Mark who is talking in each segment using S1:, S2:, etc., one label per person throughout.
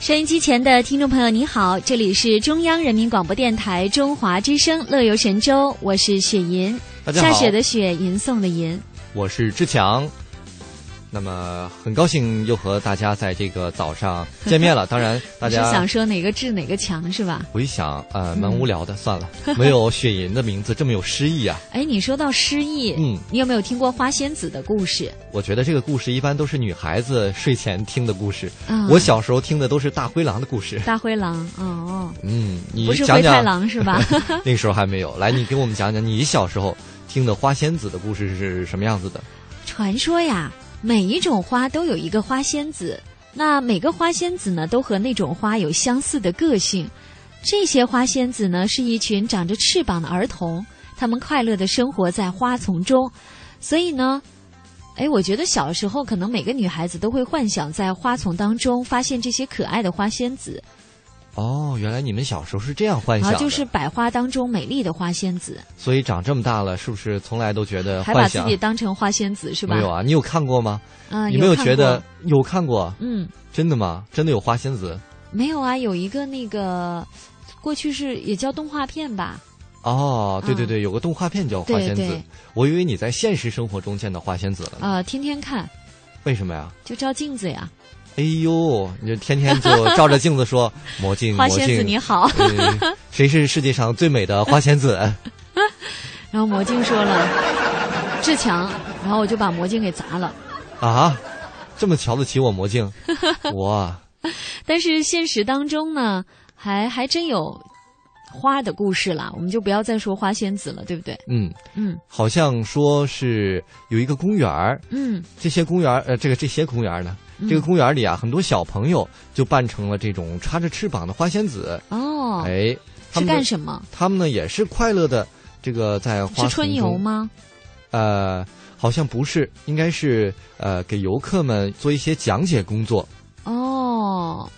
S1: 收音机前的听众朋友，你好，这里是中央人民广播电台中华之声《乐游神州》，我是雪银，
S2: 大家好
S1: 下雪的雪，吟诵的吟。
S2: 我是志强。那么很高兴又和大家在这个 早上见面了。当然，大
S1: 你是
S2: 家
S1: 想说嗯哪个智哪个强是吧？
S2: 我一想，呃，蛮无聊的，算了，没有雪银的名字这么有诗意啊。
S1: 哎，你说到失忆，
S2: 嗯
S1: 你有没有听过花仙子的故事？
S2: 我觉得这个故事一般都是女孩子睡前听的故事。
S1: 啊
S2: 我小时候听的都是大灰狼的故事。
S1: 大灰狼，哦，
S2: 嗯，你
S1: 不是
S2: 讲
S1: 灰
S2: 讲
S1: 太狼是吧？
S2: 那个时候还没有。来，你给我们讲讲你小时候听的花仙子的故事是什么样子的？
S1: 传说呀，每一种花都有一个花仙子，那每个花仙子呢，都和那种花有相似的个性。这些花仙子呢，是一群长着翅膀的儿童，他们快乐的生活在花丛中，所以呢。哎，我觉得小时候可能每个女孩子都会幻想在花丛当中发现这些可爱的花仙子，
S2: 哦，原来你们小时候是这样幻
S1: 然
S2: 想
S1: 后
S2: 的，
S1: 啊就是百花当中美丽的花仙子，
S2: 所以长这么大了，是不是从来都觉得
S1: 还把
S2: 幻
S1: 自
S2: 想
S1: 己当成花仙子是吧？
S2: 没有啊？你有看过吗？
S1: 嗯，
S2: 你没有
S1: 看
S2: 觉得
S1: 过？
S2: 有看过？啊
S1: 嗯，
S2: 真的吗？真的有花仙子？
S1: 没有啊，有一个那个，过去是也叫动画片吧？
S2: 哦，对
S1: 嗯
S2: 对对，有个动画片叫花
S1: 对
S2: 仙子
S1: 对，，
S2: 我以为你在现实生活中见到花仙子了呢，
S1: 呃，天天看
S2: 为什么呀？
S1: 就照镜子呀，
S2: 哎呦，你就天天就照着镜 子说魔镜，
S1: 花
S2: 魔
S1: 仙子
S2: 镜，
S1: 你好。
S2: 嗯谁是世界上最美的花仙子？
S1: 然后魔镜说了，志强，然后我就把魔镜给砸了。
S2: 啊，这么瞧得起我魔镜？我
S1: 但是现实当中呢，还还真有花的故事啦，我们就不要再说花仙子了，对不对？
S2: 嗯，
S1: 嗯
S2: 好像说是有一个公园儿，
S1: 嗯，
S2: 这些公园儿呃，这个这些公园儿呢，这个公园儿里啊，很多小朋友就扮成了这种插着翅膀的花仙子，
S1: 哦，
S2: 哎，
S1: 是
S2: 他们的
S1: 干什么？
S2: 他们呢也是快乐的，这个在花
S1: 是春
S2: 丛
S1: 游
S2: 中？
S1: 吗？
S2: 呃，好像不是，应该是呃给游客们做一些讲解工作。
S1: 哦，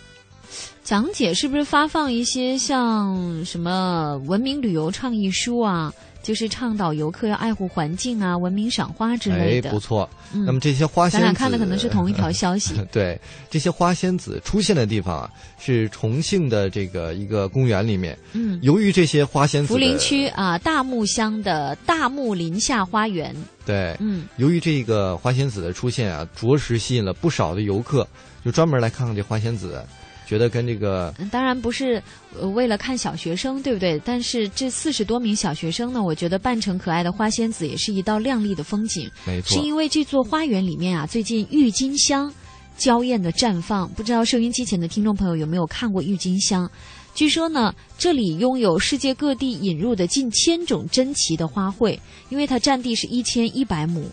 S1: 讲解是不是发放一些像什么文明旅游倡议书啊？就是倡导游客要爱护环境啊，文明赏花之类
S2: 哎，
S1: 的。
S2: 不错。
S1: 嗯，
S2: 那么呃这些花
S1: 咱
S2: 仙子，
S1: 俩看的可能是同一条消息。
S2: 对，这些花仙子出现的地方啊，是重庆的这个一个公园里面。
S1: 嗯，
S2: 由于这些花仙子
S1: 涪
S2: 的
S1: 陵，区啊，大木乡的大木林下花园。
S2: 对，
S1: 嗯，
S2: 由于这个花仙子的出现啊，着实吸引了不少的游客，就专门来看看这花仙子，觉得跟这个
S1: 当然不是呃为了看小学生，对不对？但是这四十多名小学生呢，我觉得扮成可爱的花仙子也是一道亮丽的风景。
S2: 没
S1: 是
S2: 错，
S1: 因为这座花园里面啊，最近郁金香娇艳的绽放。不知道收音机前的听众朋友有没有看过郁金香？据说呢，这里拥有世界各地引入的近千种珍奇的花卉，因为它占地是一千一百亩。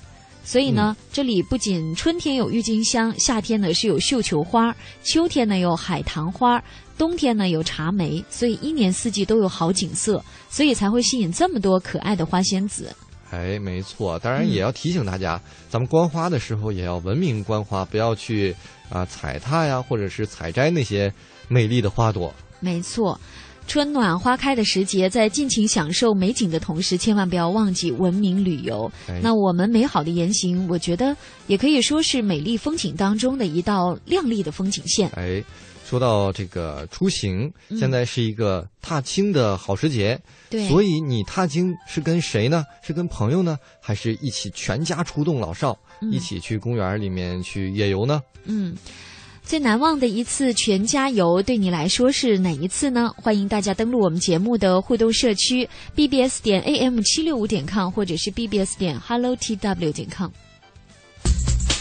S1: 所以
S2: 嗯
S1: 呢，这里不仅春天有郁金香，夏天呢是有绣球花，秋天呢有海棠花，冬天呢有茶梅，所以一年四季都有好景色，所以才会吸引这么多可爱的花仙子。
S2: 哎，没错。当然也要提醒大家，咱们观花的时候也要文明观花，不要去啊、踩踏呀，或者是采摘那些美丽的花朵。
S1: 没错，春暖花开的时节，在尽情享受美景的同时，千万不要忘记文明旅游。
S2: 哎
S1: 那我们美好的言行，我觉得也可以说是美丽风景当中的一道亮丽的风景线。
S2: 哎，说到这个出行，
S1: 嗯
S2: 现在是一个踏青的好时节，
S1: 对，
S2: 所
S1: 以
S2: 以你踏青是跟谁呢？是跟朋友呢，还是一起全家出动老少、
S1: 嗯
S2: 一起去公园里面去野游呢？
S1: 嗯。最难忘的一次全家游，对你来说是哪一次呢？欢迎大家登录我们节目的互动社区 bbs 点 am 七六五点 com，或者是 bbs 点 hello tw 点 com。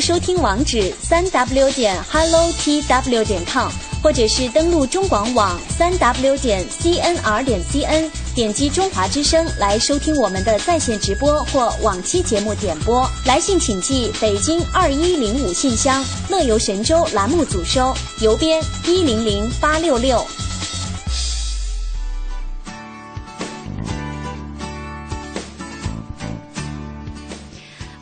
S3: 收听网址：三 w 点 hello t w 点 com，或者是登录中广网三 w 点 c n r 点 c n，点击中华之声来收听我们的在线直播或往期节目点播。来信请寄北京二一零五信箱，乐游神州栏目组收，邮编一零零八六六。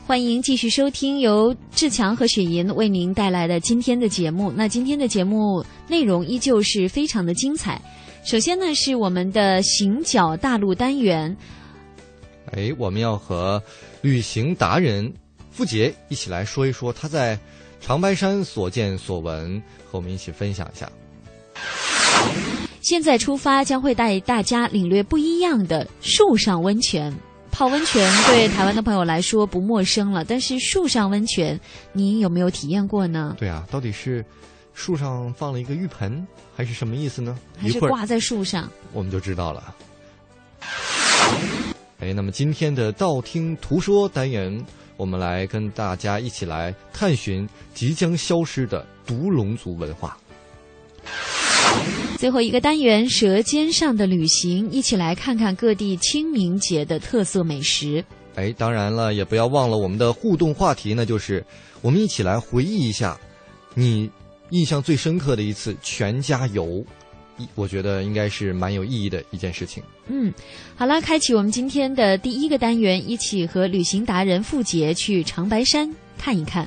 S1: 欢迎继续收听由志强和雪莹为您带来的今天的节目。那今天的节目内容依旧是非常的精彩。首先呢，是我们的行脚大陆单元，
S2: 哎，我们要和旅行达人付杰一起来说一说他在长白山所见所闻，和我们一起分享一下。
S1: 现在出发将会带大家领略不一样的树上温泉。泡温泉对台湾的朋友来说不陌生了，但是树上温泉，您有没有体验过呢？
S2: 对啊，到底是树上放了一个浴盆，还是什么意思呢？
S1: 还
S2: 一
S1: 是
S2: 会儿
S1: 挂在树上？
S2: 我们就知道了。哎，那么今天的道听途说单元，我们来跟大家一起来探寻即将消失的独龙族文化。
S1: 最后一个单元《舌尖上的旅行》，一起来看看各地清明节的特色美食。
S2: 哎，当然了，也不要忘了我们的互动话题呢，就是我们一起来回忆一下你印象最深刻的一次全家游，一我觉得应该是蛮有意义的一件事情。
S1: 嗯，好啦，开启我们今天的第一个单元，一起和旅行达人付杰去长白山看一看。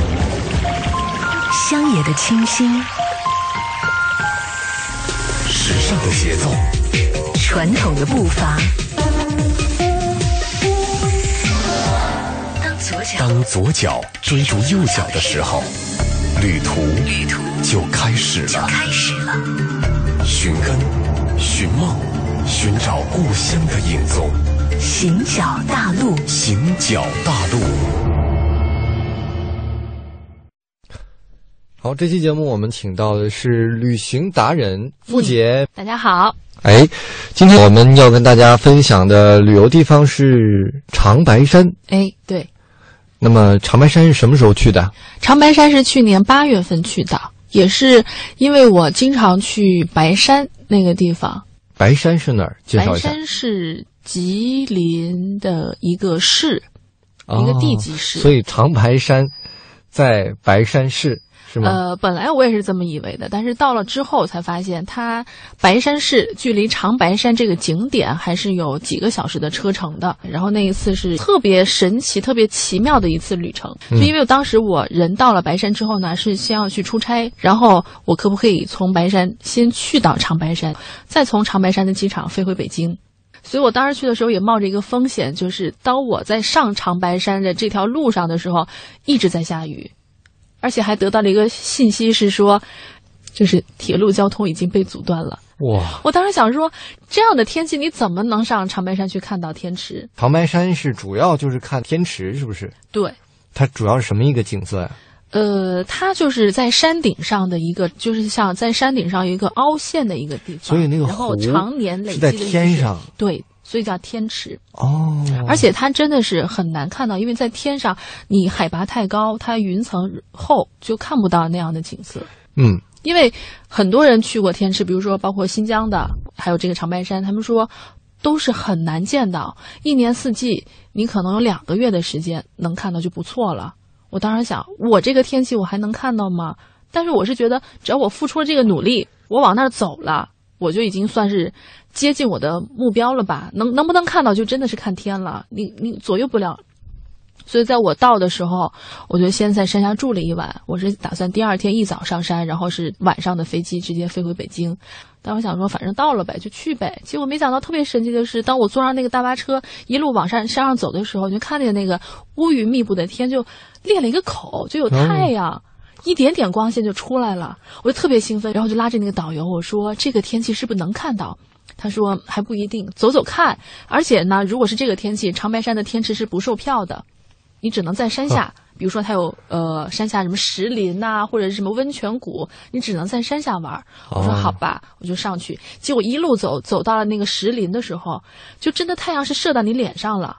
S4: 乡野的清新，
S5: 时尚的节奏，
S4: 传统的步伐。当左脚
S5: 当左脚追逐右脚的时候，旅途
S4: 旅途
S5: 就开始了。
S4: 开始了，
S5: 寻根、寻梦、寻找故乡的影踪，
S4: 行脚大陆。
S5: 行脚大陆。
S2: 好，这期节目我们请到的是旅行达人付杰。
S6: 大家好，
S2: 哎，今天我们要跟大家分享的旅游地方是长白山。
S6: 哎，对，
S2: 那么长白山是什么时候去的？
S6: 长白山是去年八月份去的，也是因为我经常去白山那个地方。
S2: 白山是哪儿？介
S6: 白
S2: 绍一下。
S6: 山是吉林的一个市，
S2: 哦
S6: 一个地级市
S2: 所以长白山在白山市是吗？
S6: 呃，本来我也是这么以为的，但是到了之后才发现，它白山市距离长白山这个景点还是有几个小时的车程的。然后那一次是特别神奇、特别奇妙的一次旅程，
S2: 嗯
S6: 就因为当时我人到了白山之后呢，是先要去出差，然后我可不可以从白山先去到长白山，再从长白山的机场飞回北京？所以我当时去的时候也冒着一个风险，就是当我在上长白山的这条路上的时候，一直在下雨。而且还得到了一个信息是说，就是铁路交通已经被阻断了。
S2: 哇，
S6: 我当时想说，这样的天气你怎么能上长白山去看到天池？
S2: 长白山是主要就是看天池是不是？
S6: 对，
S2: 它主要是什么一个景色啊呀、
S6: 呃，它就是在山顶上的一个，就是像在山顶上有一个凹陷的一个地方，
S2: 所以那个
S6: 啊然后
S2: 湖
S6: 常年累
S2: 是
S6: 积
S2: 在
S6: 的一个
S2: 天
S6: 水
S2: 上，
S6: 对，所以叫天池。
S2: 哦，
S6: 而且它真的是很难看到，因为在天上你海拔太高，它云层厚就看不到那样的景色。
S2: 嗯，
S6: 因为很多人去过天池，比如说包括新疆的，还有这个长白山，他们说都是很难见到，一年四季你可能有两个月的时间能看到就不错了。我当时想，我这个天气我还能看到吗？但是我是觉得，只要我付出了这个努力，我往那儿走了，我就已经算是接近我的目标了吧？能能不能看到，就真的是看天了，你你左右不了。所以在我到的时候，我就先在山下住了一晚。我是打算第二天一早上山，然后是晚上的飞机直接飞回北京。但我想说，反正到了呗，就去呗。结果没想到，特别神奇的是，当我坐上那个大巴车，一路往山山上走的时候，你就看见那个乌云密布的天就裂了一个口，就有太阳。嗯一点点光线就出来了，我就特别兴奋，然后就拉着那个导游我说：“这个天气是不是能看到？”他说：“还不一定，走走看。而且呢，如果是这个天气，长白山的天池是不售票的，你只能在山下，啊、比如说它有呃山下什么石林呐、啊，或者是什么温泉谷，你只能在山下玩。哦”我说：“好吧，我就上去。”结果一路走走到了那个石林的时候，就真的太阳是射到你脸上了。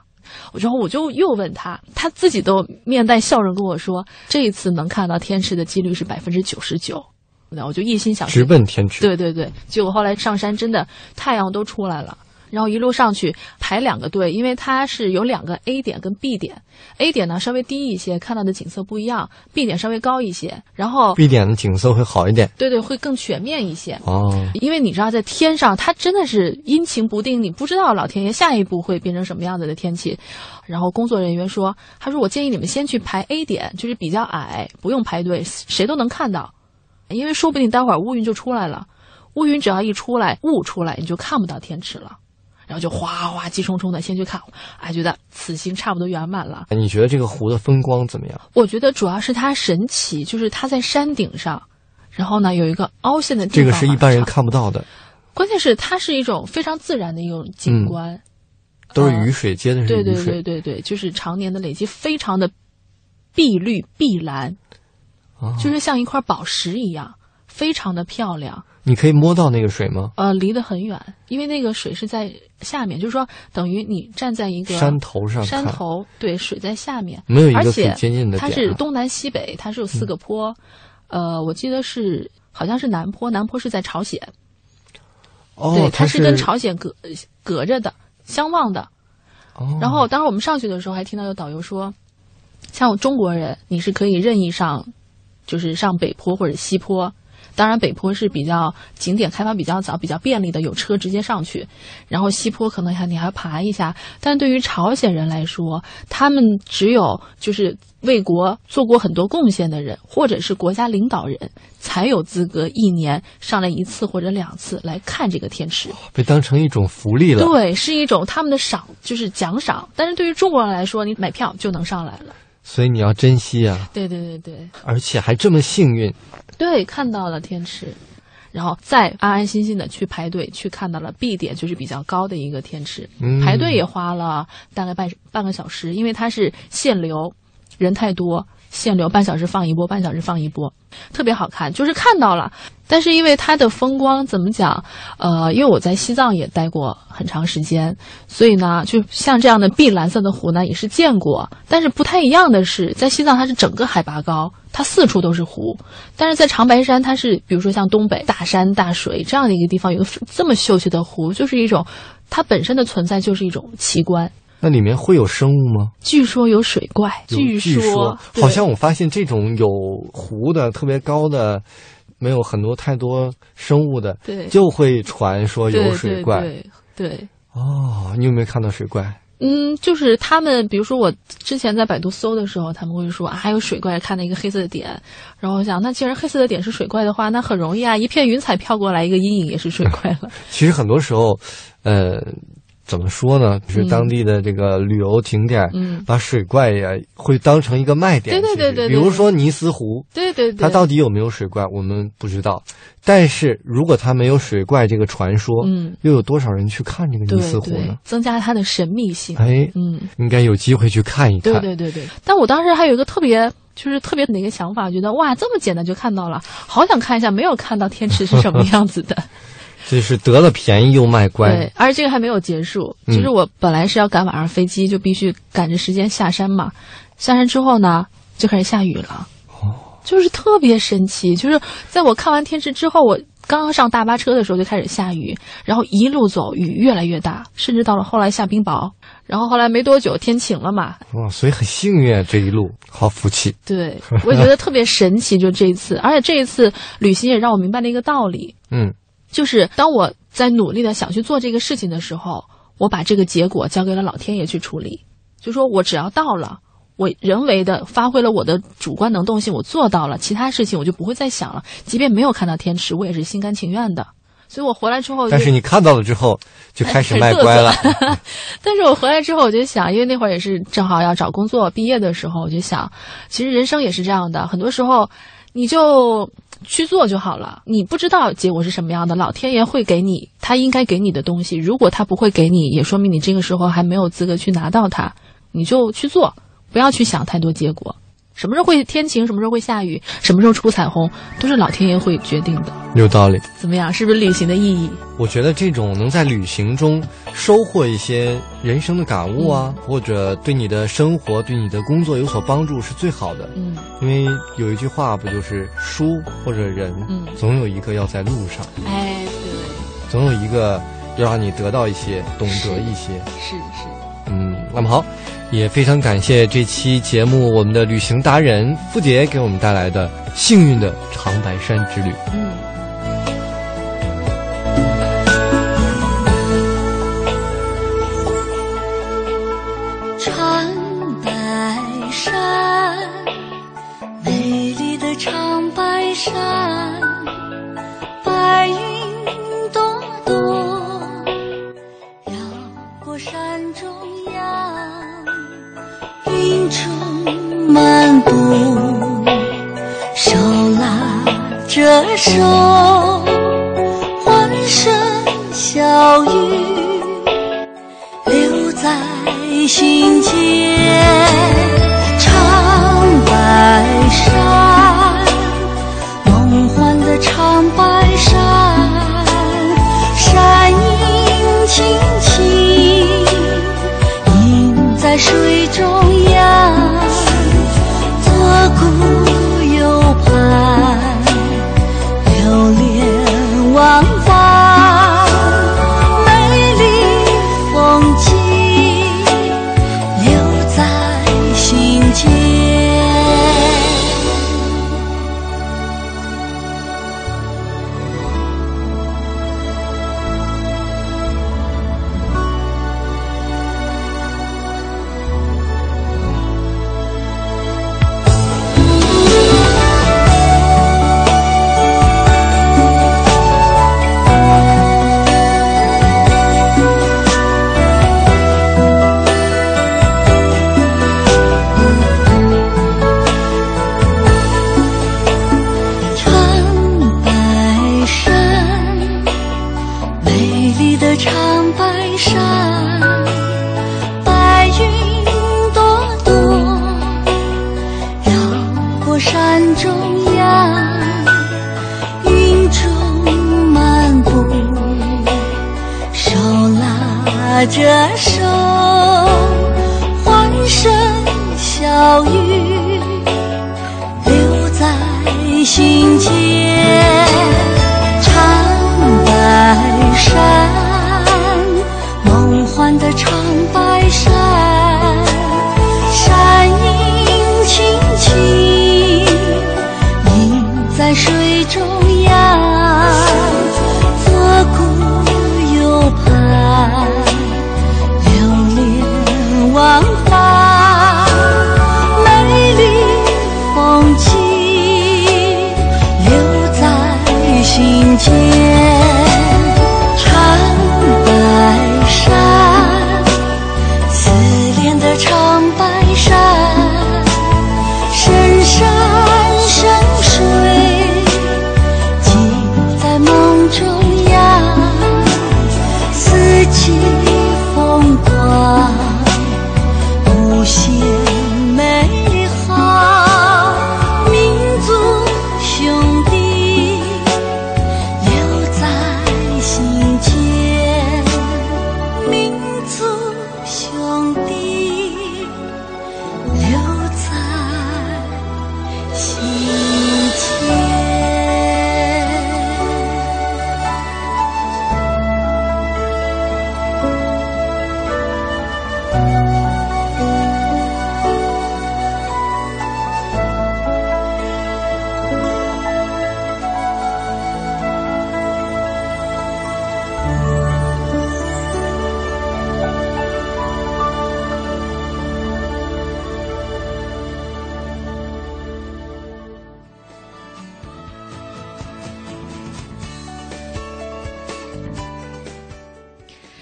S6: 然后我就又问他，他自己都面带笑容跟我说，这一次能看到天池的几率是百分之九十九。那我就一心想
S2: 直奔天池。
S6: 对对对，结果后来上山真的太阳都出来了，然后一路上去排两个队，因为它是有两个 A 点跟 B 点，A 点呢稍微低一些，看到的景色不一样；B 点稍微高一些，然后
S2: B 点的景色会好一点。
S6: 对对，会更全面一些。
S2: 哦，
S6: 因为你知道在天上，它真的是阴晴不定，你不知道老天爷下一步会变成什么样子的天气。然后工作人员说：“他说我建议你们先去排 A 点，就是比较矮，不用排队，谁都能看到，因为说不定待会儿乌云就出来了。乌云只要一出来，雾出来，你就看不到天池了。然后就哗哗急冲冲的先去看，哎，觉得此行差不多圆满了。
S2: 你觉得这个湖的风光怎么样？
S6: 我觉得主要是它神奇，就是它在山顶上，然后呢有一个凹陷的地
S2: 方，这
S6: 啊
S2: 个是一般人看不到的。
S6: 关键是它是一种非常自然的一种景观。”
S2: 嗯都是雨水，接的是
S6: 雨水、呃。对对对对对，就是常年的累积，非常的碧绿碧蓝，
S2: 哦、
S6: 就是像一块宝石一样，非常的漂亮。
S2: 你可以摸到那个水吗？
S6: 呃，离得很远，因为那个水是在下面，就是说等于你站在一个
S2: 山头上，
S6: 山头对，水在下面，
S2: 没有一
S6: 个
S2: 接近的、
S6: 啊、它是东南西北，它是有四个坡，嗯、呃，我记得是好像是南坡，南坡是在朝鲜，
S2: 哦，
S6: 对，它
S2: 是
S6: 跟朝鲜隔隔着的。相望的，
S2: 哦嗯
S6: 然后当时我们上去的时候还听到有导游说，像中国人你是可以任意上，就是上北坡或者西坡，当然北坡是比较景点开发比较早、比较便利的，有车直接上去，然后西坡可能还你还爬一下，但对于朝鲜人来说，他们只有就是为国做过很多贡献的人，或者是国家领导人，才有资格一年上来一次或者两次来看这个天池，
S2: 被当成一种福利了。
S6: 对，是一种他们的赏，就是奖赏。但是对于中国人来说，你买票就能上来了，
S2: 所以你要珍惜啊。
S6: 对对对对，
S2: 而且还这么幸运。
S6: 对，看到了天池，然后再安安心心的去排队，去看到了 B 点，就是比较高的一个天池，
S2: 嗯、
S6: 排队也花了大概半半个小时，因为它是限流，人太多，限流半小时放一波，半小时放一波，特别好看，就是看到了。但是因为它的风光怎么讲，呃，因为我在西藏也待过很长时间，所以呢，就像这样的碧蓝色的湖呢也是见过，但是不太一样的是，在西藏它是整个海拔高，它四处都是湖，但是在长白山它是，比如说像东北大山大水这样的一个地方，有个这么秀气的湖，就是一种它本身的存在就是一种奇观。
S2: 那里面会有生物吗？
S6: 据说有水怪，
S2: 哦据
S6: 说，据说
S2: 好像我发现这种有湖的特别高的。没有很多太多生物的，
S6: 对，
S2: 就会传说有水怪，
S6: 对对。对对
S2: 哦，你有没有看到水怪？
S6: 嗯，就是他们，比如说我之前在百度搜的时候，他们会说啊，还有水怪看到一个黑色的点，然后我想，那既然黑色的点是水怪的话，那很容易啊，一片云彩飘过来，一个阴影也是水怪了。
S2: 其实很多时候，呃。怎么说呢？就是当地的这个旅游景点，
S6: 嗯，
S2: 把水怪也会当成一个卖点。
S6: 对对对对，
S2: 比如说尼斯湖，
S6: 对对对，
S2: 它到底有没有水怪，我们不知道。但是如果它没有水怪这个传说，
S6: 嗯，
S2: 又有多少人去看这个尼斯湖呢？
S6: 对对增加它的神秘性。
S2: 哎，
S6: 嗯，
S2: 应该有机会去看一看。
S6: 对对对对。但我当时还有一个特别，就是特别的一个想法，觉得哇，这么简单就看到了，好想看一下，没有看到天池是什么样子 的。
S2: 这是得了便宜又卖乖，
S6: 对，而且这个还没有结束。
S2: 嗯
S6: 就是我本来是要赶晚上飞机，就必须赶着时间下山嘛。下山之后呢，就开始下雨了。
S2: 哦，
S6: 就是特别神奇。就是在我看完天池之后，我刚刚上大巴车的时候就开始下雨，然后一路走雨越来越大，甚至到了后来下冰雹，然后后来没多久天晴了嘛。
S2: 哇、哦，所以很幸运这一路，好福气。
S6: 对，我也觉得特别神奇，就这一次，而且这一次旅行也让我明白了一个道理，
S2: 嗯，
S6: 就是当我在努力的想去做这个事情的时候，我把这个结果交给了老天爷去处理，就说我只要到了。我人为的发挥了我的主观能动性，我做到了，其他事情我就不会再想了。即便没有看到天池，我也是心甘情愿的。所以我回来之后，
S2: 但是你看到了之后就开 始卖乖了。
S6: 但是我回来之后，我就想，因为那会儿也是正好要找工作，毕业的时候，我就想，其实人生也是这样的，很多时候你就去做就好了。你不知道结果是什么样的，老天爷会给你他应该给你的东西。如果他不会给你，也说明你这个时候还没有资格去拿到它，你就去做。不要去想太多结果，什么时候会天晴，什么时候会下雨，什么时候出彩虹，都是老天爷会决定的。
S2: 有道理。
S6: 怎么样？是不是旅行的意义？
S2: 我觉得这种能在旅行中收获一些人生的感悟啊，嗯、或者对你的生活、对你的工作有所帮助，是最好的。
S6: 嗯，
S2: 因为有一句话不就是书或者人，
S6: 嗯，
S2: 总有一个要在路上。
S6: 哎，对，
S2: 总有一个要让你得到一些，懂得一些。
S6: 是是。是
S2: 嗯，那么好，也非常感谢这期节目我们的旅行达人付杰给我们带来的幸运的长白山之旅。
S6: 嗯。
S7: 长白山，美丽的长白山，白云朵朵绕过山中。青春漫步，手拉着手，欢声笑语留在心间。长白山，梦幻的长白山，山影清清，映在水中。长白山，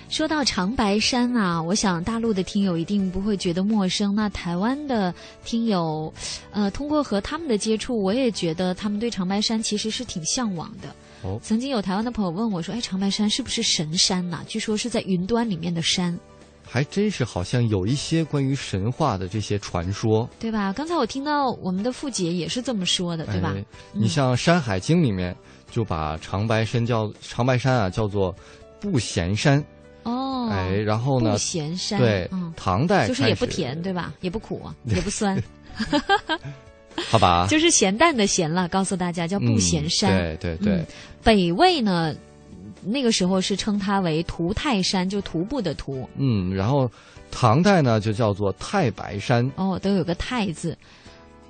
S1: 说到长白山啊，我想大陆的听友一定不会觉得陌生。那台湾的听友，呃，通过和他们的接触，我也觉得他们对长白山其实是挺向往的。
S2: 哦，
S1: 曾经有台湾的朋友问我说：“哎，长白山是不是神山呐、据说是在云端里面的山，
S2: 还真是好像有一些关于神话的这些传说，
S1: 对吧？”刚才我听到我们的傅姐也是这么说的，对吧？嗯
S2: 哎你像《山海经》里面就把长白山叫长白山啊，叫做不咸山。
S1: 哦，
S2: 哎，然后呢？
S1: 不咸山
S2: 对，
S1: 嗯
S2: 唐代
S1: 就是
S2: 哎开
S1: 也不
S2: 始，
S1: 甜，对吧？也不苦，啊 也不酸，
S2: 好 吧？
S1: 就是咸淡的咸了。告诉大家叫不咸山。
S2: 嗯对对对
S1: 嗯北魏呢，那个时候是称它为涂泰山，就徒步的徒。
S2: 嗯，然后唐代呢就叫做太白山，
S1: 哦，都有个泰字。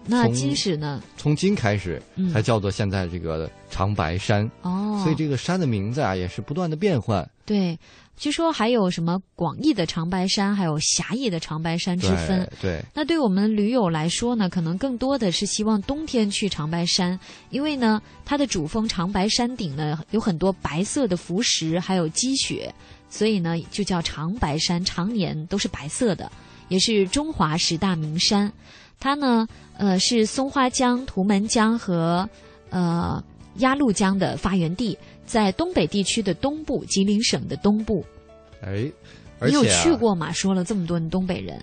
S1: 那
S2: 从
S1: 金始呢？
S2: 从今开始
S1: 嗯
S2: 才叫做现在这个长白山。
S1: 哦，
S2: 所以这个山的名字啊也是不断的变换。
S1: 对，据说还有什么广义的长白山，还有狭义的长白山之分
S2: 对。对，
S1: 那对我们驴友来说呢，可能更多的是希望冬天去长白山，因为呢，它的主峰长白山顶呢有很多白色的浮石，还有积雪，所以呢就叫长白山，常年都是白色的，也是中华十大名山。它呢，呃，是松花江、图们江和呃鸭绿江的发源地，在东北地区的东部，吉林省的东部。
S2: 哎，而
S1: 你有
S2: 且、啊、
S1: 去过吗？说了这么多，你东北人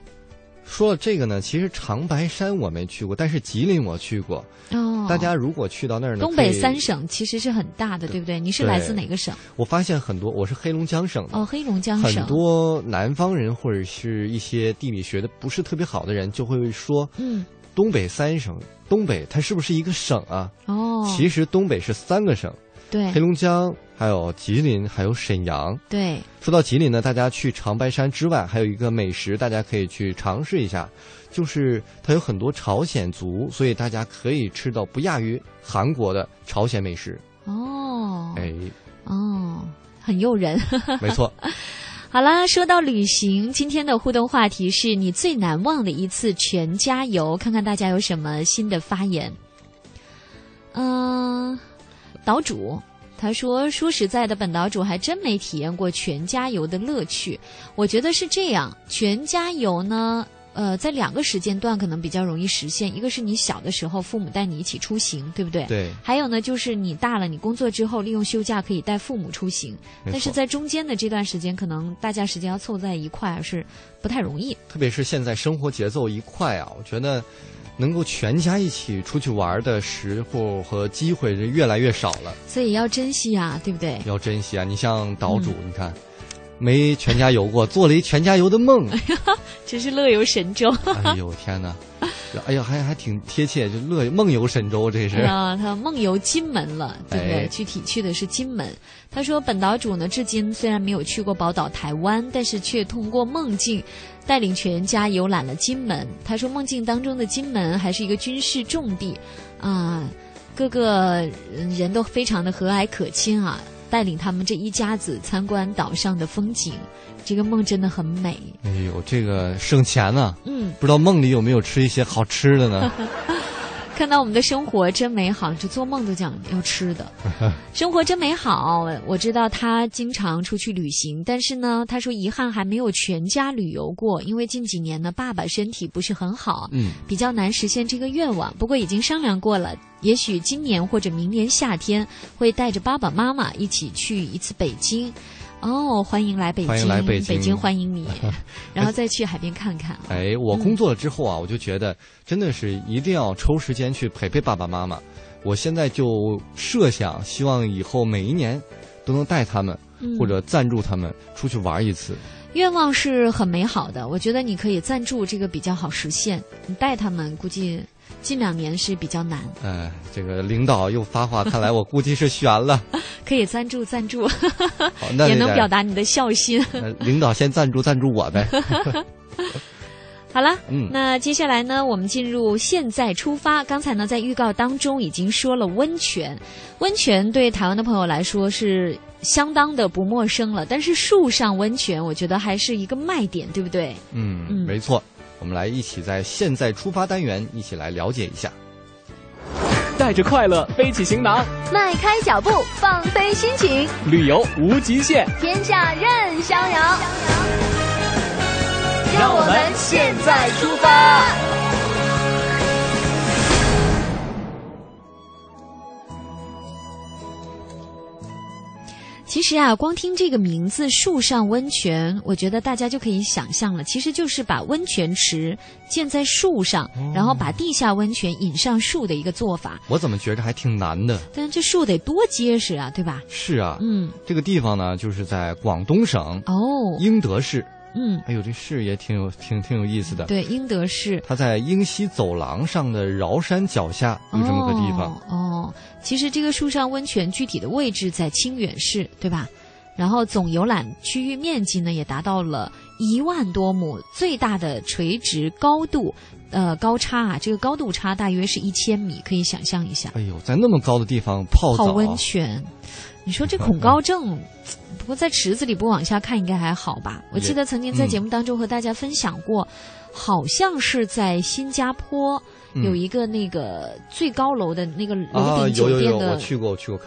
S2: 说这个呢，其实长白山我没去过，但是吉林我去过。
S1: 哦，
S2: 大家如果去到那儿呢，
S1: 东
S2: 可
S1: 北
S2: 以
S1: 三。省其实是很大的，对不对？你是
S2: 对
S1: 来自哪个省？
S2: 我发现很多，我是黑龙江省的，
S1: 哦，黑龙江省。
S2: 很多南方人或者是一些地理学的不是特别好的人，就会说，
S1: 嗯，
S2: 东北三省，东北它是不是一个省啊？
S1: 哦，
S2: 其实东北是三个省，
S1: 对
S2: 黑龙江，还有吉林，还有沈阳。
S1: 对，
S2: 说到吉林呢，大家去长白山之外，还有一个美食，大家可以去尝试一下，就是它有很多朝鲜族，所以大家可以吃到不亚于韩国的朝鲜美食。
S1: 哦，
S2: 哎，
S1: 哦，很诱人。
S2: 没错，
S1: 哎好啦，说到旅行，今天的互动话题是你最难忘的一次全家游，看看大家有什么新的发言。嗯、岛主他说：“说实在的，本岛主还真没体验过全家游的乐趣。我觉得是这样，全家游呢。”呃，在两个时间段可能比较容易实现，一个是你小的时候父母带你一起出行，对不对？
S2: 对
S1: 还有呢，就是你大了，你工作之后利用休假可以带父母出行，
S2: 没错
S1: 但是在中间的这段时间，可能大家时间要凑在一块是不太容易。
S2: 特别是现在生活节奏一快啊，我觉得能够全家一起出去玩的时候和机会是越来越少了，
S1: 所以要珍惜啊，对不对？
S2: 要珍惜啊！你像岛主，
S1: 嗯
S2: 你看。没全家游过，做了一全家游的梦。啊
S1: 真是乐游神州。
S2: 哎呦天哪！哎呀，还还挺贴切，就乐梦游神州， 这是。
S1: 啊，他梦游金门了，对不对？
S2: 哎
S1: 具体去的是金门。他说，本岛主呢，至今虽然没有去过宝岛台湾，但是却通过梦境带领全家游览了金门。他说，梦境当中的金门还是一个军事重地，啊，各个嗯人都非常的和蔼可亲啊，带领他们这一家子参观岛上的风景，这个梦真的很美。
S2: 哎呦，这个省钱呢、
S1: 嗯，
S2: 不知道梦里有没有吃一些好吃 的呢？
S1: 看到我们的生活真美好，这做梦都讲要吃 的。生活真美好，我知道他经常出去旅行，但是呢，他说遗憾还没有全家旅游过，因为近几年呢，爸爸身体不是很好，
S2: 嗯，
S1: 比较难实现这个愿望。不过已经商量过了，也许今年或者明年夏天会带着爸爸妈妈一起去一次北京。哦，欢迎来北京，
S2: 欢迎来北
S1: 北
S2: 京
S1: 欢迎你， 然后再去海边看看。
S2: 哎，我工作了之后啊，我就觉得真的是一定要抽时间去陪陪爸爸妈妈。我现在就设想，希望以后每一年都能带他们、
S1: 嗯
S2: 或者赞助他们出去玩一次。
S1: 愿望是很美好的，我觉得你可以赞助，这个比较好实现。你带他们，估计近两年是比较难，
S2: 哎，这个领导又发话，看来我估计是悬 了。
S1: 可以赞助赞助，
S2: 好，那
S1: 也
S2: 得
S1: 能表达你的孝心。
S2: 呃领导先赞助赞助我呗。
S1: 好了，
S2: 嗯
S1: 那接下来呢，我们进入现在出发。刚才呢，在预告当中已经说了温泉，温泉对台湾的朋友来说是相当的不陌生了，但是树上温泉，我觉得还是一个卖点，对不对？嗯
S2: 嗯，没错。我们来一起在现在出发单元一起来了解一下。
S8: 带着快乐背起行囊，
S9: 迈开脚步，放飞心情，
S8: 旅游无极限，
S9: 天下任逍遥。
S10: 让我们现在出发。
S1: 其实啊，光听这个名字“树上温泉”，我觉得大家就可以想象了，其实就是把温泉池建在树上，然后把地下温泉引上树的一个做法。
S2: 我怎么觉着还挺难的？
S1: 但这树得多结实啊，对吧？
S2: 是啊，
S1: 嗯，
S2: 这个地方呢，就是在广东省
S1: 哦，
S2: 英德市。
S1: 嗯，
S2: 哎呦，这市也挺有挺挺有意思的。
S1: 对，英德市，
S2: 它在英西走廊上的饶山脚下有这么个地方。
S1: 哦，哦其实这个树上温泉具体的位置在清远市，对吧？然后总游览区域面积呢也达到了一万多亩，最大的垂直高度，呃，高差啊，这个高度差大约是一千米，可以想象一下。
S2: 哎呦，在那么高的地方泡啊
S1: 泡温泉，你说这恐高症。嗯不过在池子里不往下看应该还好吧？我记得曾经在节目当中和大家分享过，嗯、好像是在新加坡、嗯、有一个那个最高楼的那个楼顶酒店的、
S2: 啊、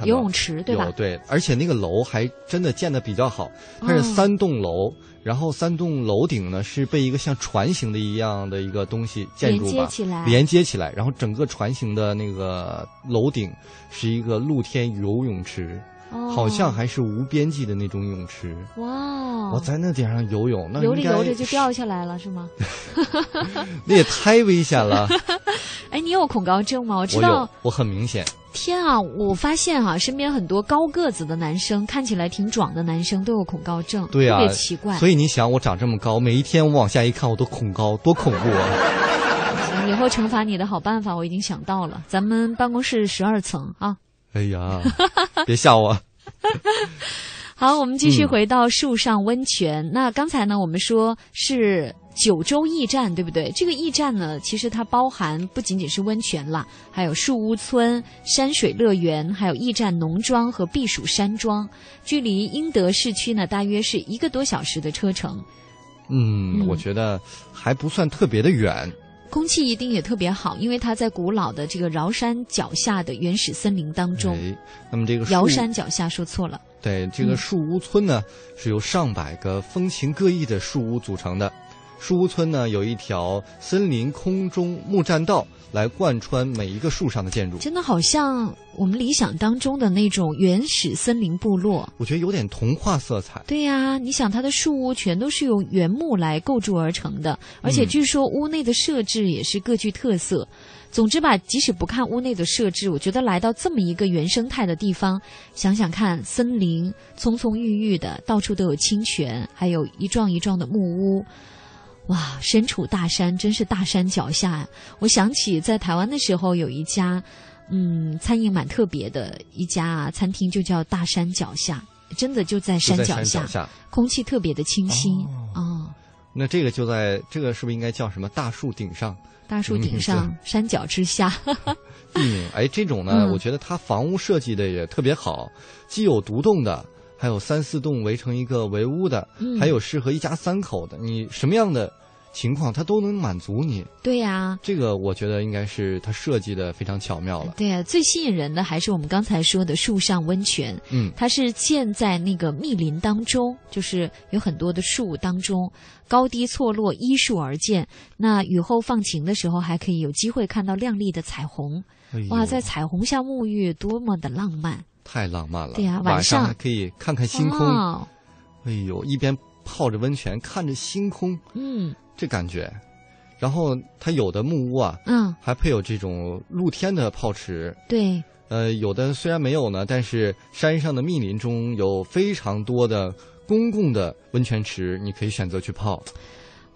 S1: 游泳池，对吧？
S2: 对，而且那个楼还真的建的比较好，它是三栋楼，哦、然后三栋楼顶呢是被一个像船形的一样的一个东西建筑
S1: 连接起来，
S2: 连接起来，然后整个船形的那个楼顶是一个露天游泳池。
S1: 哦、
S2: 好像还是无边际的那种泳池。
S1: 哇！
S2: 我在那顶上游泳，那
S1: 哦游着游着就掉下来了，是 吗？
S2: 那也太危险了。
S1: 哎，你有恐高症吗？我 知道，
S2: 我很明显。
S1: 天啊！我发现啊，身边很多高个子的男生，看起来挺壮的男生，都有恐高症，
S2: 对啊，
S1: 特别奇怪。
S2: 所以你想，我长这么高，每一天我往下一看，我都恐高，多恐怖 啊！
S1: 以后惩罚你的好办法我已经想到了，咱们办公室十二层啊。
S2: 哎呀，别吓我！
S1: 好，我们继续回到树上温泉。嗯、那刚才呢，我们说是九州驿站，对不对？这个驿站呢，其实它包含不仅仅是温泉啦，还有树屋村、山水乐园，还有驿站农庄和避暑山庄。距离英德市区呢，大约是一个多小时的车程。
S2: 嗯，嗯我觉得还不算特别的远。
S1: 空气一定也特别好，因为它在古老的这个饶山脚下的原始森林当中。
S2: 哎、那么这个
S1: 饶山脚下说错了。
S2: 对，这个树屋村呢、嗯、是由上百个风情各异的树屋组成的。树屋村呢有一条森林空中木栈道来贯穿每一个树上的建筑。
S1: 真的好像我们理想当中的那种原始森林部落。
S2: 我觉得有点童话色彩。
S1: 对呀、啊，你想它的树屋全都是由原木来构筑而成的，而且据说屋内的设置也是各具特色。嗯、总之吧，即使不看屋内的设置，我觉得来到这么一个原生态的地方，想想看，森林葱葱郁郁的，到处都有清泉，还有一幢一幢的木屋。哇，身处大山，真是大山脚下呀！我想起在台湾的时候，有一家，嗯，餐饮蛮特别的一家餐厅，就叫大山脚下，真的就在山脚下，
S2: 脚下
S1: 空气特别的清新啊。哦哦、
S2: 那这个就在这个是不是应该叫什么大树顶上？
S1: 大树顶上，嗯、山脚之下。
S2: 嗯，哎，这种呢，嗯、我觉得它房屋设计的也特别好，既有独栋的。还有三四栋围成一个围屋的，
S1: 嗯、
S2: 还有适合一家三口的，你什么样的情况它都能满足你。
S1: 对呀、啊，
S2: 这个我觉得应该是它设计的非常巧妙了。
S1: 对呀、啊，最吸引人的还是我们刚才说的树上温泉。
S2: 嗯，
S1: 它是建在那个密林当中，就是有很多的树当中，高低错落依树而建。那雨后放晴的时候，还可以有机会看到亮丽的彩虹。
S2: 哎、
S1: 哇，在彩虹下沐浴，多么的浪漫！
S2: 太浪漫了，
S1: 对呀、啊，
S2: 晚
S1: 上
S2: 还可以看看星空。哦、哎呦，一边泡着温泉，看着星空，
S1: 嗯，
S2: 这感觉。然后它有的木屋啊，
S1: 嗯，
S2: 还配有这种露天的泡池。
S1: 对，
S2: 呃，有的虽然没有呢，但是山上的密林中有非常多的公共的温泉池，你可以选择去泡。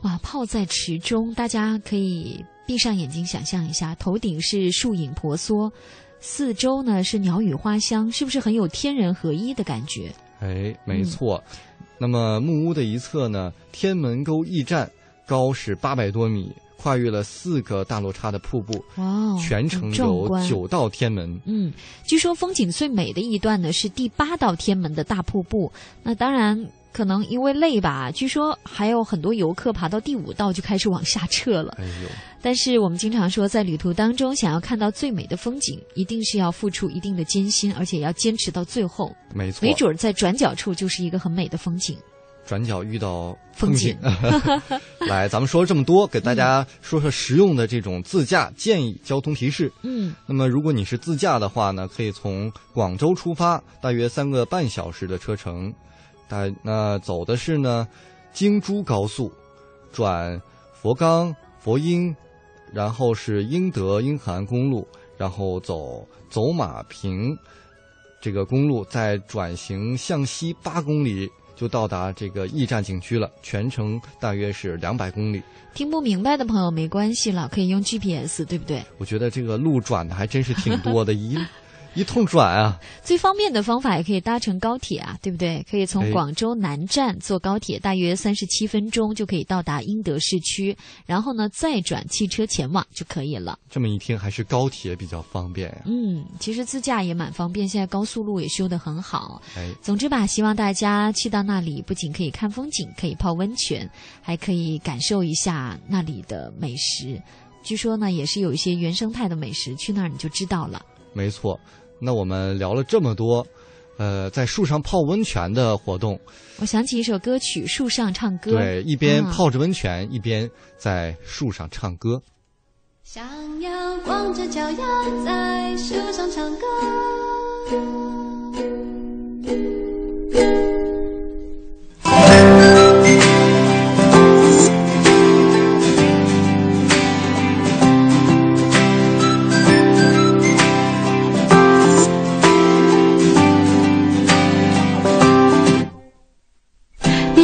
S1: 哇，泡在池中，大家可以闭上眼睛想象一下，头顶是树影婆娑。四周呢是鸟语花香，是不是很有天人合一的感觉？
S2: 哎，没错。嗯、那么木屋的一侧呢，天门沟驿站高是八百多米，跨越了四个大落差的瀑布，
S1: 哇、哦，
S2: 全程有九道天门。
S1: 嗯，据说风景最美的一段呢是第八道天门的大瀑布。那当然。可能因为累吧，据说还有很多游客爬到第五道就开始往下撤了。
S2: 哎呦！
S1: 但是我们经常说，在旅途当中，想要看到最美的风景，一定是要付出一定的艰辛，而且要坚持到最后。
S2: 没错，
S1: 没准儿在转角处就是一个很美的风景。
S2: 转角遇到
S1: 风嗯
S2: 景， 来，咱们说了这么多，给大家说说实用的这种自驾建议、交通提示。
S1: 嗯，
S2: 那么如果你是自驾的话呢，可以从广州出发，大约三个半小时的车程，大那走的是呢京珠高速，转佛冈、佛音，然后是英德、英韩公路，然后走走马坪这个公路，再转型向西八公里。就到达这个驿站景区了，全程大约是两百公里。
S1: 听不明白的朋友没关系了，可以用 GPS，对不对？
S2: 我觉得这个路转的还真是挺多的，一一通转啊。
S1: 最方便的方法也可以搭乘高铁啊，对不对？可以从广州南站坐高铁，大约三十七分钟就可以到达英德市区，然后呢再转汽车前往就可以了。
S2: 这么一听还是高铁比较方便呀、啊。
S1: 嗯，其实自驾也蛮方便，现在高速路也修得很好。
S2: 哎，
S1: 总之吧，希望大家去到那里，不仅可以看风景，可以泡温泉，还可以感受一下那里的美食。据说呢，也是有一些原生态的美食，去那儿你就知道了。
S2: 没错。那我们聊了这么多，呃，在树上泡温泉的活动，
S1: 我想起一首歌曲《树上唱歌》，
S2: 对，一边泡着温泉，嗯、一边在树上唱歌。
S11: 想要光着脚丫在树上唱歌，
S7: 你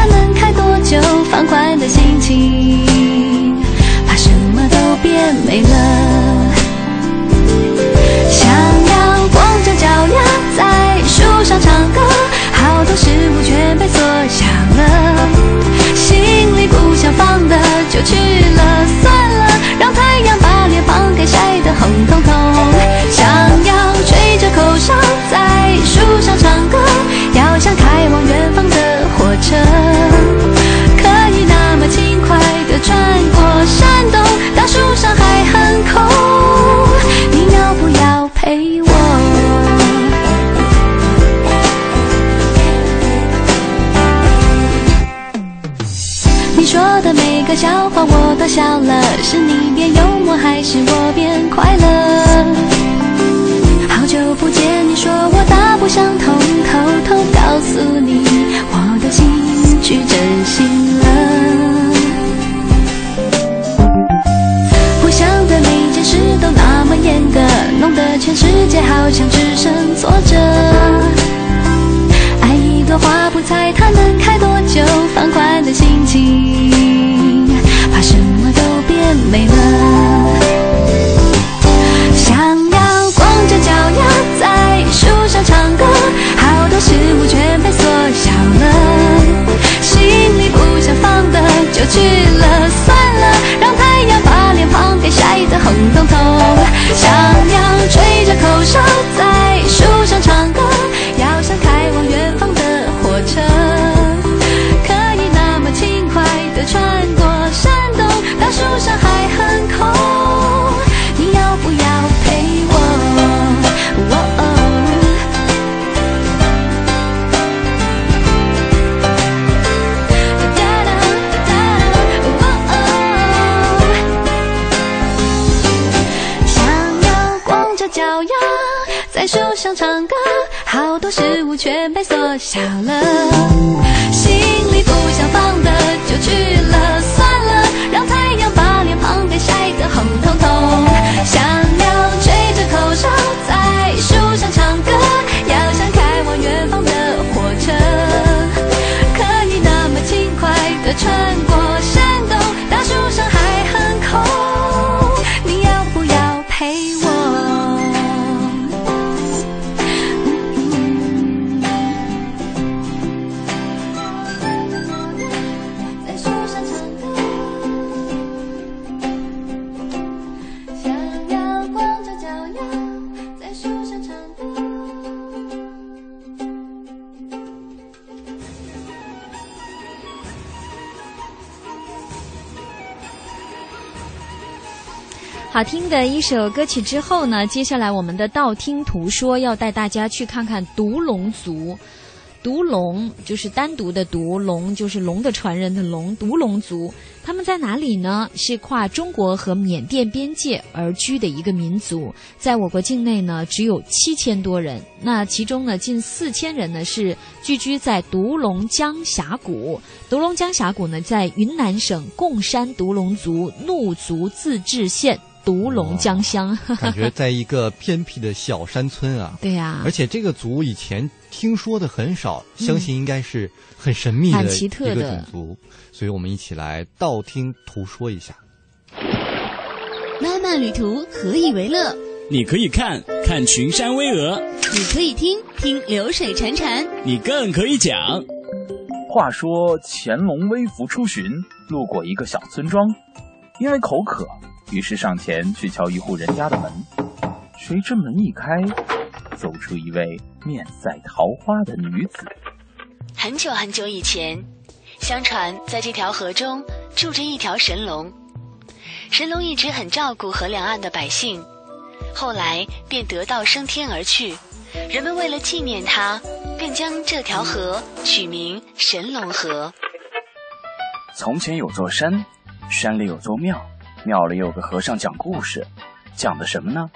S7: 能开多久，放宽的心情，怕什么都变美了。想要光着脚丫在树上唱歌，好多事物全被缩小了，心里不想放的就去了，算了，让太阳把脸庞给晒得红彤彤。想要吹着口哨在树上唱歌，要像开往远方的。火车可以那么轻快地穿过山洞，到树上还很空。你要不要陪我？你说的每个笑话我都笑了，是你变幽默还是我变快乐？好久不见，你说我大不相同，偷偷告诉你。我的心去真心了，不想对每件事都那么严格，弄得全世界好像只剩挫折。爱一朵花不猜它能开多久，放宽的心情，怕什么都变美了。想要光着脚丫在树上唱歌。事物全被缩小了，心里不想放的就去了，算了，让太阳把脸庞给晒得红彤彤。想要吹着口哨在树上唱歌，要像开往远方的火车，可以那么轻快地穿过山洞，到树上还很空。你要不要陪我？哦哦脚丫在树上唱歌，好多事物全被缩小了，心里不想放的就去了，算了，让太阳把脸庞给晒得红彤彤。想要吹着口哨在树上唱歌，要像开往远方的火车，可以那么轻快地穿过山。
S1: 好听的一首歌曲之后呢，接下来我们的道听途说要带大家去看看独龙族。独龙就是单独的独，龙就是龙的传人的龙，独龙族他们在哪里呢？是跨中国和缅甸边界而居的一个民族，在我国境内呢只有七千多人，那其中呢近四千人呢是聚居在独龙江峡谷。独龙江峡谷呢在云南省贡山独龙族怒族自治县。独龙江乡，
S2: 感觉在一个偏僻的小山村啊。
S1: 对呀、啊，
S2: 而且这个族以前听说的很少，嗯、相信应该是很神秘的
S1: 奇特
S2: 一个种族，所以我们一起来道听途说一下。
S12: 漫漫旅途何以为乐？
S13: 你可以看看群山巍峨，
S12: 你可以听听流水潺潺，
S13: 你更可以讲。
S14: 话说乾隆微服出巡，路过一个小村庄，因为口渴。于是上前去敲一户人家的门，谁知门一开，走出一位面赛桃花的女子。
S15: 很久很久以前，相传在这条河中住着一条神龙，神龙一直很照顾河两岸的百姓，后来便得道升天而去。人们为了纪念他，便将这条河取名神龙河。
S14: 从前有座山，山里有座庙。庙里有个和尚讲故事，讲的什么呢？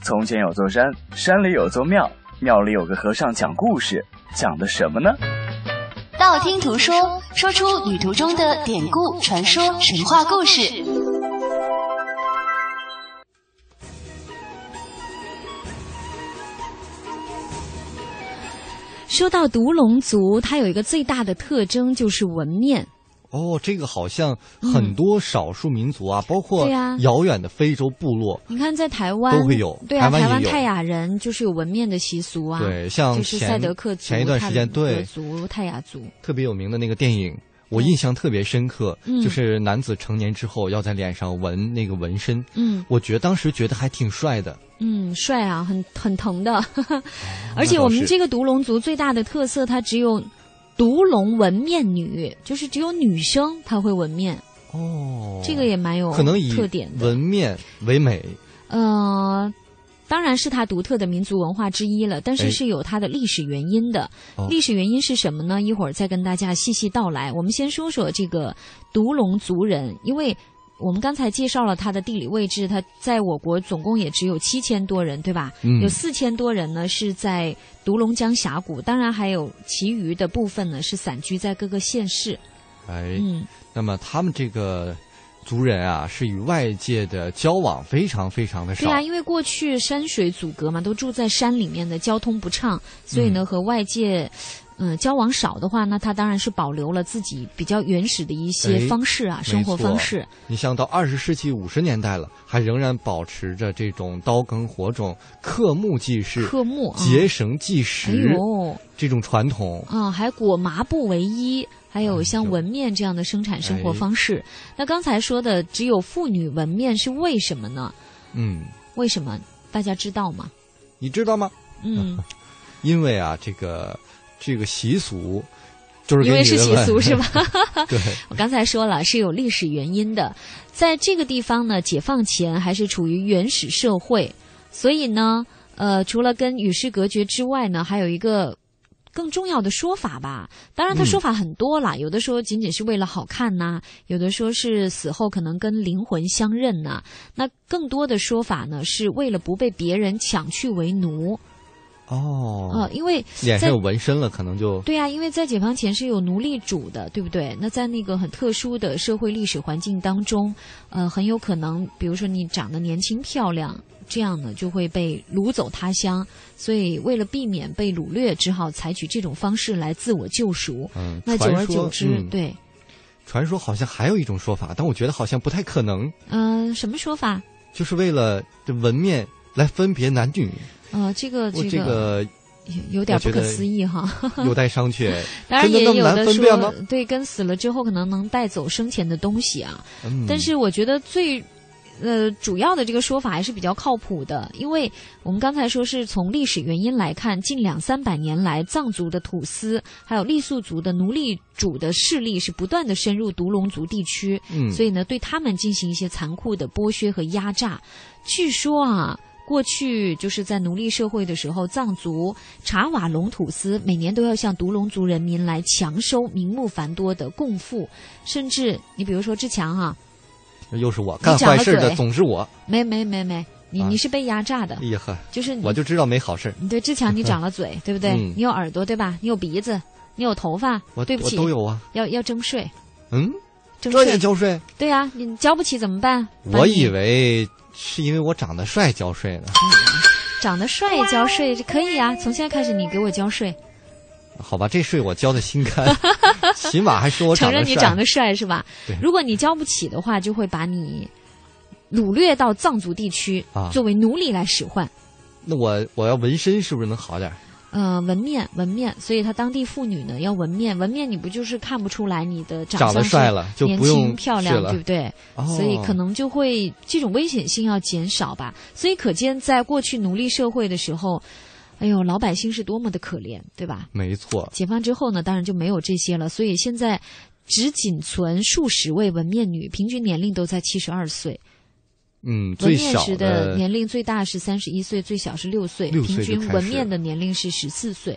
S14: 从前有座山，山里有座庙，庙里有个和尚讲故事，讲的什么呢？
S12: 道听途说，说出旅途中的典故、传说、神话故事。
S1: 说到独龙族，它有一个最大的特征就是纹面。
S2: 哦，这个好像很多少数民族啊，嗯、包括遥远的非洲部落，
S1: 你看在台湾
S2: 都会有，
S1: 对啊，台
S2: 湾
S1: 泰雅人就是有纹面的习俗啊，
S2: 对，像
S1: 就是赛德克族、
S2: 前一段时间对
S1: 族、泰雅族
S2: 特别有名的那个电影，我印象特别深刻，嗯、就是男子成年之后要在脸上纹那个纹身，
S1: 嗯，
S2: 我觉得当时觉得还挺帅的。
S1: 嗯，帅啊，很很疼
S2: 哦
S1: 的，而且我们这个独龙族最大的特色，它只有。独龙纹面女，就是只有女生她会纹面
S2: 哦，
S1: 这个也蛮有
S2: 可能以
S1: 特点
S2: 纹面为美。
S1: 呃，当然是它独特的民族文化之一了，但是是有它的历史原因的。
S2: 哎、
S1: 历史原因是什么呢？一会儿再跟大家细细道来。我们先说说这个独龙族人，因为。我们刚才介绍了它的地理位置，它在我国总共也只有七千多人，对吧？
S2: 嗯、
S1: 有四千多人呢是在独龙江峡谷，当然还有其余的部分呢是散居在各个县市。
S2: 哎，
S1: 嗯，
S2: 那么他们这个族人啊，是与外界的交往非常非常的少。
S1: 对啊，因为过去山水阻隔嘛，都住在山里面的，交通不畅，所以呢、
S2: 嗯、
S1: 和外界。嗯，交往少的话，那他当然是保留了自己比较原始的一些方式啊，生活方式。
S2: 你像到二十世纪五十年代了，还仍然保持着这种刀耕火种、刻木记事、
S1: 刻木、
S2: 嗯、结绳记时、
S1: 哎、
S2: 这种传统。
S1: 啊、嗯，还裹麻布为衣，还有
S2: 哎
S1: 像纹面这样的生产生活方式。哎、那刚才说的只有妇女纹面是为什么呢？
S2: 嗯，
S1: 为什么？大家知道吗？
S2: 你知道吗？
S1: 嗯，
S2: 因为啊，这个。这个习俗，就是
S1: 因为是习俗是吧？
S2: 对，
S1: 我刚才说了是有历史原因的，在这个地方呢，解放前还是处于原始社会，所以呢，呃，除了跟与世隔绝之外呢，还有一个更重要的说法吧。当然，他说法很多啦，
S2: 嗯、
S1: 有的说仅仅是为了好看呐、啊，有的说是死后可能跟灵魂相认呐、啊，那更多的说法呢，是为了不被别人抢去为奴。
S2: 哦，
S1: 呃，因为
S2: 脸上有纹身了，可能就
S1: 对呀、啊，因为在解放前是有奴隶主的，对不对？那在那个很特殊的社会历史环境当中，呃，很有可能，比如说你长得年轻漂亮，这样呢就会被掳走他乡，所以为了避免被掳掠，只好采取这种方式来自我救赎。
S2: 嗯，
S1: 那久而久之，
S2: 嗯、
S1: 对。
S2: 传说好像还有一种说法，但我觉得好像不太可能。
S1: 嗯、呃，什么说法？
S2: 就是为了这纹面来分别男女。
S1: 呃，这个
S2: 这
S1: 个、
S2: 这 个、
S1: 有点不可思议哈，
S2: 有待商榷。
S1: 当然也有的
S2: 说，
S1: 对，跟死了之后可能能带走生前的东西啊。
S2: 嗯、
S1: 但是我觉得最呃，主要的这个说法还是比较靠谱的，因为我们刚才说是从历史原因来看，近两三百年来，藏族的土司还有傈僳族的奴隶主的势力是不断的深入独龙族地区，
S2: 嗯
S1: 所以呢，对他们进行一些残酷的剥削和压榨。据说啊。过去就是在奴隶社会的时候，藏族查瓦隆土司每年都要向独龙族人民来强收名目繁多的贡赋，甚至你比如说之强哈、
S2: 嗯又是我
S1: 你
S2: 干
S1: 长
S2: 坏
S1: 了
S2: 事的，
S1: 嘴
S2: 总是我。
S1: 没没没没，你、
S2: 啊
S1: 你是被压榨的
S2: 哎，呀呵，
S1: 就是你
S2: 我就知道没好事儿。
S1: 你对志强你长了嘴，对不对？
S2: 嗯
S1: 你有耳朵对吧？你有鼻子，你有头发，
S2: 我
S1: 对不起，
S2: 我都有啊。
S1: 要要征税，
S2: 嗯，
S1: 征
S2: 这也
S1: 税，
S2: 交税？
S1: 对呀、你交不起怎么办？把
S2: 我
S1: 你
S2: 以为是因为我长得帅交税呢。
S1: 长得帅交税可以啊，从现在开始你给我交税，
S2: 好吧，这税我交的心 甘，起码还说我
S1: 承
S2: 长得
S1: 认
S2: 帅。
S1: 你长得帅是吧
S2: 对？
S1: 如果你交不起的话，就会把你掳掠到藏族地区，
S2: 啊
S1: 作为奴隶来使唤。
S2: 那我我要纹身是不是能好点儿？
S1: 呃，纹面，纹面，所以他当地妇女呢要纹面，纹面你不就是看不出来你的
S2: 长
S1: 相
S2: 得
S1: 是
S2: 帅了就
S1: 年
S2: 不
S1: 轻
S2: 用
S1: 漂
S2: 是
S1: 亮，
S2: 了
S1: 对不对？
S2: 哦
S1: 所以可能就会这种危险性要减少吧。所以可见，在过去奴隶社会的时候，哎呦，老百姓是多么的可怜，对吧？
S2: 没错，
S1: 解放之后呢，当然就没有这些了，所以现在只仅存数十位纹面女，平均年龄都在七十二岁。
S2: 嗯，最
S1: 纹面
S2: 小
S1: 时的年龄最大是三十一岁，最小是六岁，
S2: 6岁
S1: 平
S2: 就
S1: 均
S2: 开
S1: 纹
S2: 始
S1: 面的年龄是十四岁。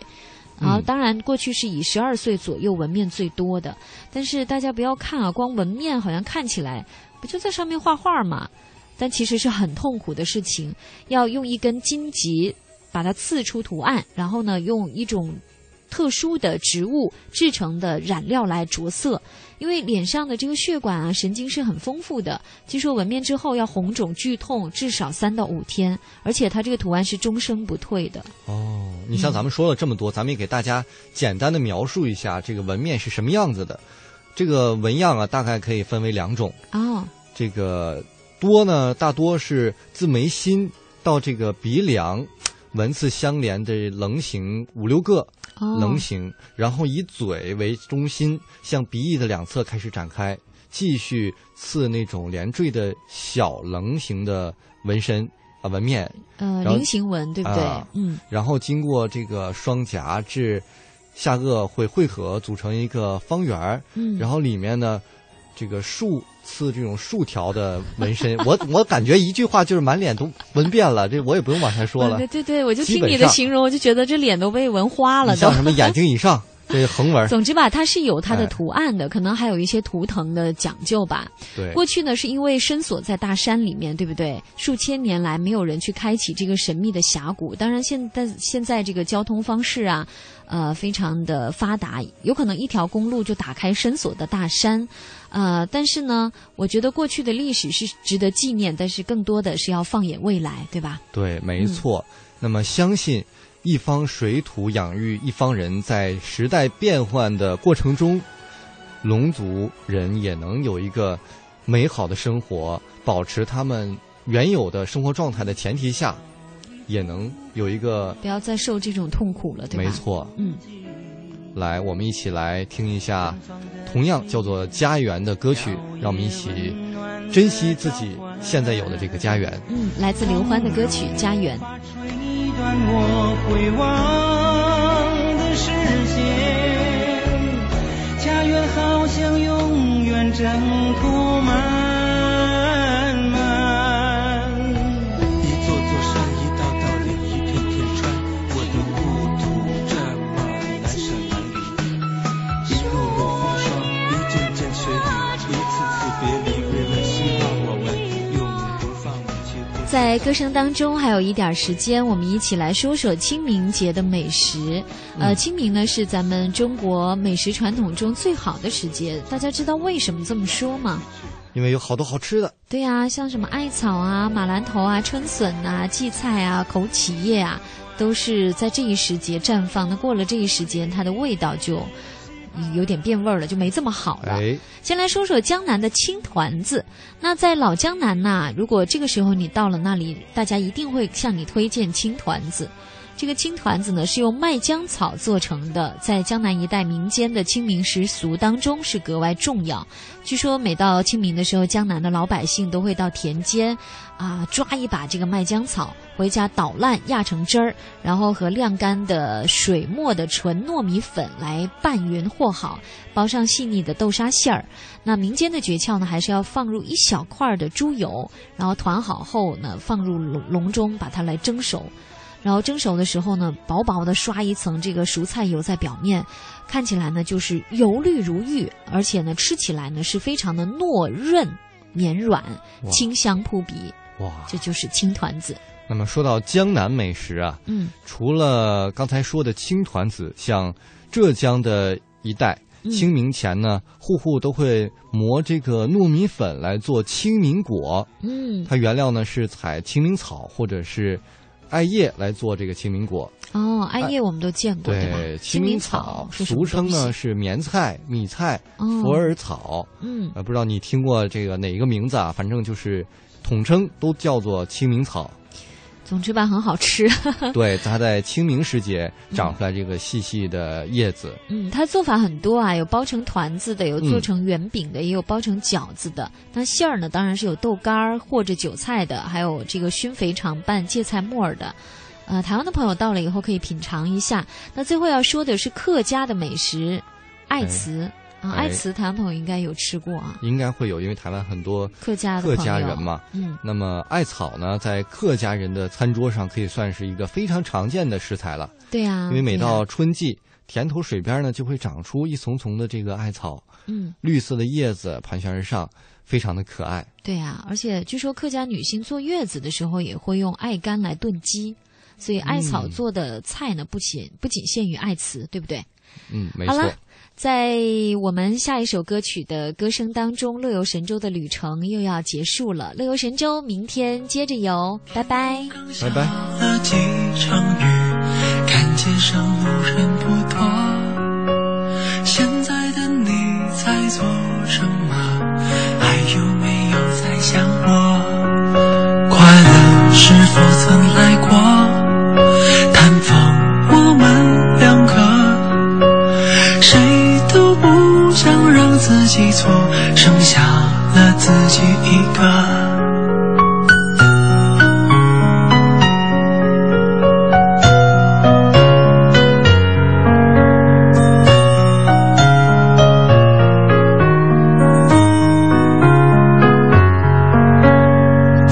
S2: 嗯
S1: 啊，当然，过去是以十二岁左右纹面最多的，但是大家不要看啊，光纹面好像看起来不就在上面画画嘛，但其实是很痛苦的事情，要用一根荆棘把它刺出图案，然后呢，用一种特殊的植物制成的染料来着色，因为脸上的这个血管啊、神经是很丰富的。据说纹面之后要红肿剧痛至少三到五天，而且它这个图案是终生不退的。
S2: 哦，你像咱们说了这么多，咱们也给大家简单的描述一下这个纹面是什么样子的。这个纹样啊，大概可以分为两种。
S1: 哦，
S2: 这个多呢，大多是自眉心到这个鼻梁，纹刺相连的棱形五六个，
S1: 哦
S2: 棱形，然后以嘴为中心，向鼻翼的两侧开始展开，继续刺那种连缀的小棱形的纹身啊纹面，
S1: 呃，
S2: 然后
S1: 菱形纹对不对？
S2: 啊
S1: 嗯，
S2: 然后经过这个双颊至下颚会汇合，组成一个方圆儿。
S1: 嗯
S2: 然后里面呢，这个数刺这种竖条的纹身，我我感觉一句话就是满脸都纹遍了，这我也不用往下说了
S1: 对。对对，我就
S2: 基
S1: 听
S2: 本
S1: 你的
S2: 上
S1: 形容，我就觉得这脸都被纹花了
S2: 你
S1: 都
S2: 像。什么眼睛以上，这是横 纹。
S1: 总之吧，它是有它的
S2: 哎
S1: 图案的，可能还有一些图腾的讲究吧。
S2: 对
S1: 过去呢是因为深锁在大山里面，对不对？数千年来没有人去开启这个神秘的峡谷。当然现在现在这个交通方式啊，呃，非常的发达，有可能一条公路就打开深锁的大山。呃，但是呢，我觉得过去的历史是值得纪念，但是更多的是要放眼未来，对吧？
S2: 对，
S1: 嗯
S2: 没错。那么相信一方水土养育一方人，在时代变换的过程中，龙族人也能有一个美好的生活，保持他们原有的生活状态的前提下，也能有一个
S1: 不要再受这种痛苦了，对吧？
S2: 没，错。
S1: 嗯。
S2: 来，我们一起来听一下，同样叫做《家园》的歌曲，让我们一起珍惜自己现在有的这个家园。
S1: 嗯，来自刘欢的歌曲《家园》。
S16: 一段我回望的视线，家园好像永远征途漫漫。一座座山，一道道岭，一片片川，我的孤独这么难舍难离。一路路风霜，一阵阵雪雨，一次次别离，为了希望我们永远不放弃。
S1: 在歌声当中，还有一点儿时间，我们一起来说说清明节的美食。呃，清明呢是咱们中国美食传统中最好的时节，大家知道为什么这么说吗？
S2: 因为有好多好吃的。
S1: 对呀、像什么艾草啊、马兰头啊、春笋啊、荠菜啊、枸杞叶啊，都是在这一时节绽放。那过了这一时间，它的味道就嗯有点变味儿了，就没这么好了。
S2: 哎，
S1: 先来说说江南的青团子。那在老江南呐、如果这个时候你到了那里，大家一定会向你推荐青团子。这个青团子呢是用麦姜草做成的，在江南一带民间的清明时俗当中是格外重要。据说每到清明的时候，江南的老百姓都会到田间，啊，抓一把这个麦姜草回家捣烂压成汁儿，然后和晾干的水磨的纯糯米粉来拌匀和好，包上细腻的豆沙馅儿。那民间的诀窍呢，还是要放入一小块的猪油，然后团好后呢，放入笼笼中把它来蒸熟。然后蒸熟的时候呢，薄薄的刷一层这个熟菜油在表面，看起来呢就是油绿如玉，而且呢吃起来呢是非常的糯润、绵软、清香扑鼻。
S2: 哇，
S1: 这就是青团子。
S2: 那么说到江南美食啊，
S1: 嗯，
S2: 除了刚才说的青团子，像浙江的一带，
S1: 嗯
S2: 清明前呢，户户都会磨这个糯米粉来做清明果。
S1: 嗯，
S2: 它原料呢是采清明草或者是艾叶来做这个清明果。
S1: 哦，艾叶我们都见过，对吧？
S2: 清
S1: 明
S2: 草
S1: 是
S2: 俗称呢
S1: 是
S2: 是棉菜、米菜、
S1: 哦
S2: 佛耳草。
S1: 嗯
S2: 呃，不知道你听过这个哪一个名字啊？反正就是统称都叫做清明草。
S1: 总之吧，很好吃。
S2: 对，它在清明时节长出来这个细细的叶子。
S1: 嗯，它做法很多啊，有包成团子的，有做
S2: 嗯
S1: 成圆饼的，也有包成饺子的。那馅儿呢，当然是有豆干儿或者韭菜的，还有这个熏肥肠拌芥菜末儿的。呃，台湾的朋友到了以后可以品尝一下。那最后要说的是客家的美食，艾糍、啊，
S2: 哎
S1: 艾糍台湾朋友应该有吃过啊。
S2: 应该会有，因为台湾很多
S1: 客家的
S2: 客家
S1: 朋友
S2: 人嘛。
S1: 嗯
S2: 那么艾草呢，在客家人的餐桌上可以算是一个非常常见的食材了，
S1: 对呀、
S2: 因为每
S1: 对呀啊
S2: 到春季，田头水边呢就会长出一丛丛的这个艾草，
S1: 嗯，
S2: 绿色的叶子盘旋而上，非常的可爱。
S1: 对呀、而且据说客家女性坐月子的时候也会用艾干来炖鸡，所以艾草
S2: 嗯
S1: 做的菜呢，不仅不仅限于艾糍，对不对？
S2: 嗯，没
S1: 好
S2: 错
S1: 了。，在我们下一首歌曲的歌声当中，乐游神州的旅程又要结束了。乐游神州，明天接着游，拜拜。
S2: 拜拜。
S10: 那几场雨，看街上路人不多。现在的你在做什么？还有没有在想我？快乐是否曾来过？谈风我们两个，谁都不想让自己错，剩下了自己一个。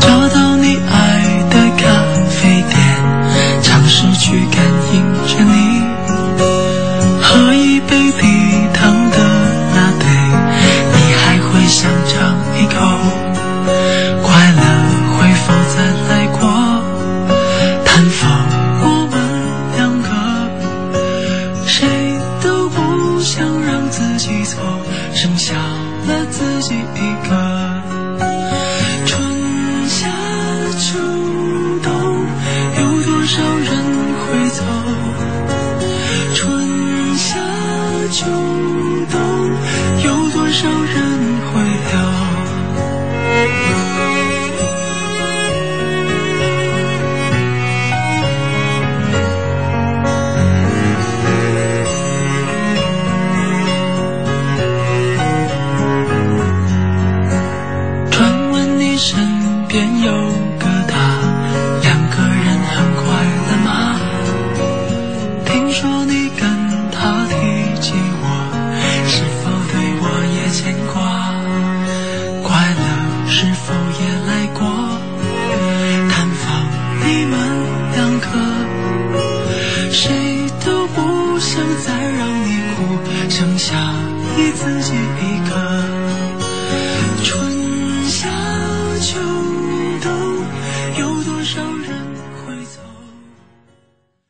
S10: 找到你爱的咖啡店，尝试去感应着你，喝一杯低糖的拿铁，你还会想尝一口？快乐会否再来过？谈否我们两个，谁都不想让自己错，剩下了自己一个。春夏秋冬，有多少人会走？春夏秋冬，有多少人会留？传闻你身边有个他，两个人很快乐吗？听说你跟他提起我，是否对我也牵挂？快乐是否也来过？探访你们两个，谁都不想再让你哭，剩下你自己一个。